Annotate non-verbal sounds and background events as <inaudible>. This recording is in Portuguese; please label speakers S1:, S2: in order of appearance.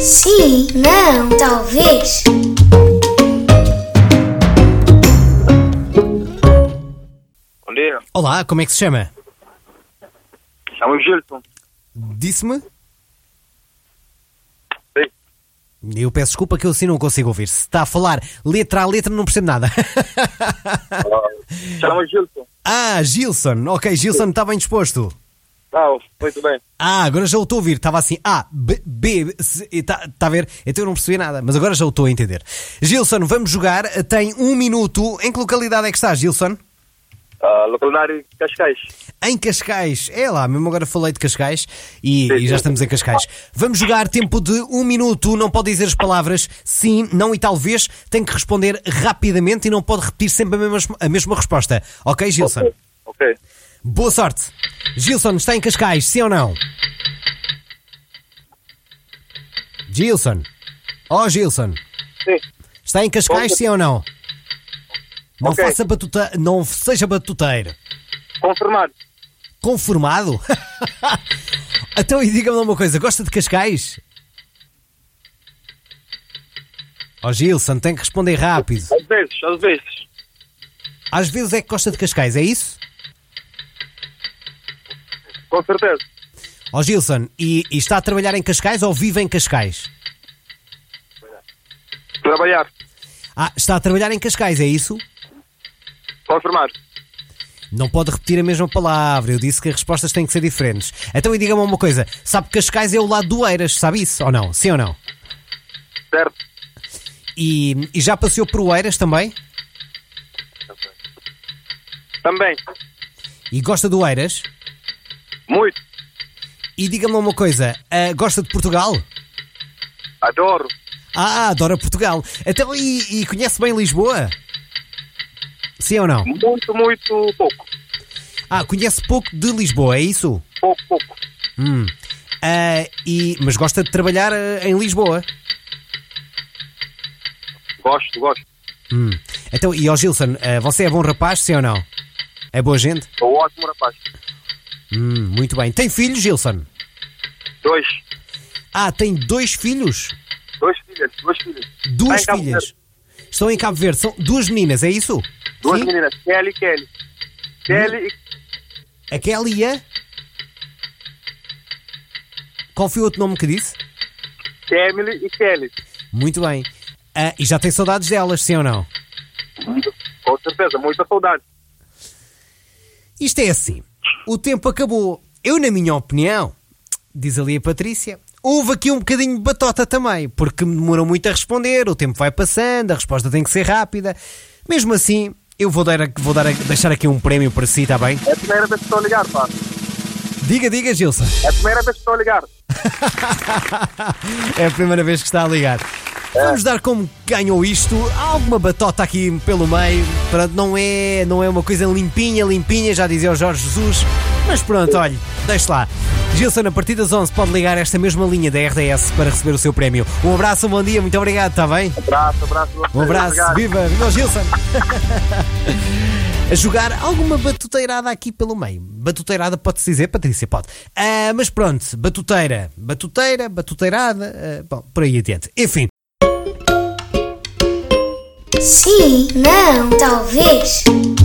S1: Sim, não, talvez.
S2: Bom dia,
S3: Olá, como é que se chama?
S2: chamo-me Gilson.
S3: Disse-me? <laughs>
S2: Sim.
S3: Eu peço desculpa que eu assim não consigo ouvir. Se está a falar letra a letra, não percebo nada. <laughs>
S2: Chamo-me Gilson.
S3: ah, Gilson. Ok, Gilson, está bem disposto.
S2: Ah, muito bem.
S3: Ah, agora já o estou a ouvir. Estava assim, A, B, B, C, e tá, tá a ver? Então eu não percebi nada, mas agora já o estou a entender. Gilson, vamos jogar. Tem um minuto. Em que localidade é que está, Gilson?
S2: Ah, localidade de Cascais.
S3: Em Cascais. É lá, mesmo agora falei de Cascais e, e já estamos em Cascais. Vamos jogar tempo de um minuto. Não pode dizer as palavras sim, não e talvez. Tem que responder rapidamente e não pode repetir sempre a mesma, a mesma resposta. Ok, Gilson?
S2: Ok.
S3: Boa sorte. Gilson, está em Cascais, sim ou não? Gilson. Oh, Gilson.
S2: Sim.
S3: Está em Cascais,
S2: Ok.
S3: sim ou não? Não
S2: Ok.
S3: faça batuta... Não seja batuteiro.
S2: Confirmado.
S3: Conformado? <laughs> então, e diga-me lá uma coisa, gosta de Cascais? Ó Gilson, tem que responder rápido.
S2: Às vezes, às vezes.
S3: Às vezes é que gosta de Cascais, é isso?
S2: Com certeza.
S3: Ó Gilson, e, e está a trabalhar em Cascais ou vive em Cascais?
S2: Trabalhar.
S3: Ah, está a trabalhar em Cascais, é isso?
S2: Confirmado.
S3: Não pode repetir a mesma palavra, eu disse que as respostas têm que ser diferentes. Então, e diga-me uma coisa, sabe que Cascais é o lado do Eiras, sabe isso ou não? Sim ou não?
S2: Certo.
S3: E, e já passeou por Oeiras também?
S2: Também.
S3: E gosta do Eiras?
S2: Muito.
S3: E diga-me uma coisa, ah, gosta de Portugal?
S2: Adoro.
S3: Ah, adora Portugal. Então, e, e conhece bem Lisboa? Sim ou não?
S2: Muito, muito pouco.
S3: Ah, conhece pouco de Lisboa, é isso?
S2: Pouco, pouco.
S3: Hum. Ah, e, mas gosta de trabalhar ah, em Lisboa?
S2: Gosto, gosto.
S3: Hum. Então, e ó Gilson, ah, você é bom rapaz, sim ou não? É boa gente?
S2: Sou um ótimo, rapaz.
S3: Hum, muito bem. Tem filhos, Gilson?
S2: Dois.
S3: Ah, tem dois filhos?
S2: Dois filhas. Duas filhas.
S3: Duas
S2: Está Tá em Cabo
S3: filhas.
S2: Verde.
S3: Estão em Cabo Verde, são duas meninas, é isso?
S2: Duas
S3: Sim?
S2: meninas. Kelly e Kelly. Kelly e...
S3: A Kelly e a. Qual foi o outro nome que disse?
S2: Emily e Kelly.
S3: Muito bem. Ah, e já tem saudades delas, sim ou não?
S2: Com certeza. Muita saudade.
S3: Isto é assim. O tempo acabou. Eu, na minha opinião, diz ali a Patrícia, houve aqui um bocadinho de batota também, porque me demorou muito a responder, o tempo vai passando, a resposta tem que ser rápida. Mesmo assim, eu vou, dar, a- vou dar a- deixar aqui um prémio para si, está bem?
S2: É a primeira vez que estou a ligar, pá.
S3: Diga, diga, Gilson.
S2: É a primeira vez que estou a ligar.
S3: é a primeira vez que está a ligar. Vamos dar como ganhou isto. Há alguma batota aqui pelo meio. Pronto, não é, não é uma coisa limpinha, limpinha, já dizia o Jorge Jesus. Mas pronto, olha, deixe lá. Gilson, a partir das 11 pode ligar esta mesma linha da RDS para receber o seu prémio. Um abraço, um bom dia, muito obrigado, está bem?
S2: Abraço, abraço.
S3: Um abraço,
S2: Obrigado.
S3: viva, viva o Gilson! <laughs> A jogar alguma batuteirada aqui pelo meio. Batuteirada pode-se dizer, Patrícia, pode. Ah, mas pronto, batuteira, batuteira, batuteirada, ah, bom, por aí adiante. Enfim.
S1: Sim, não, talvez.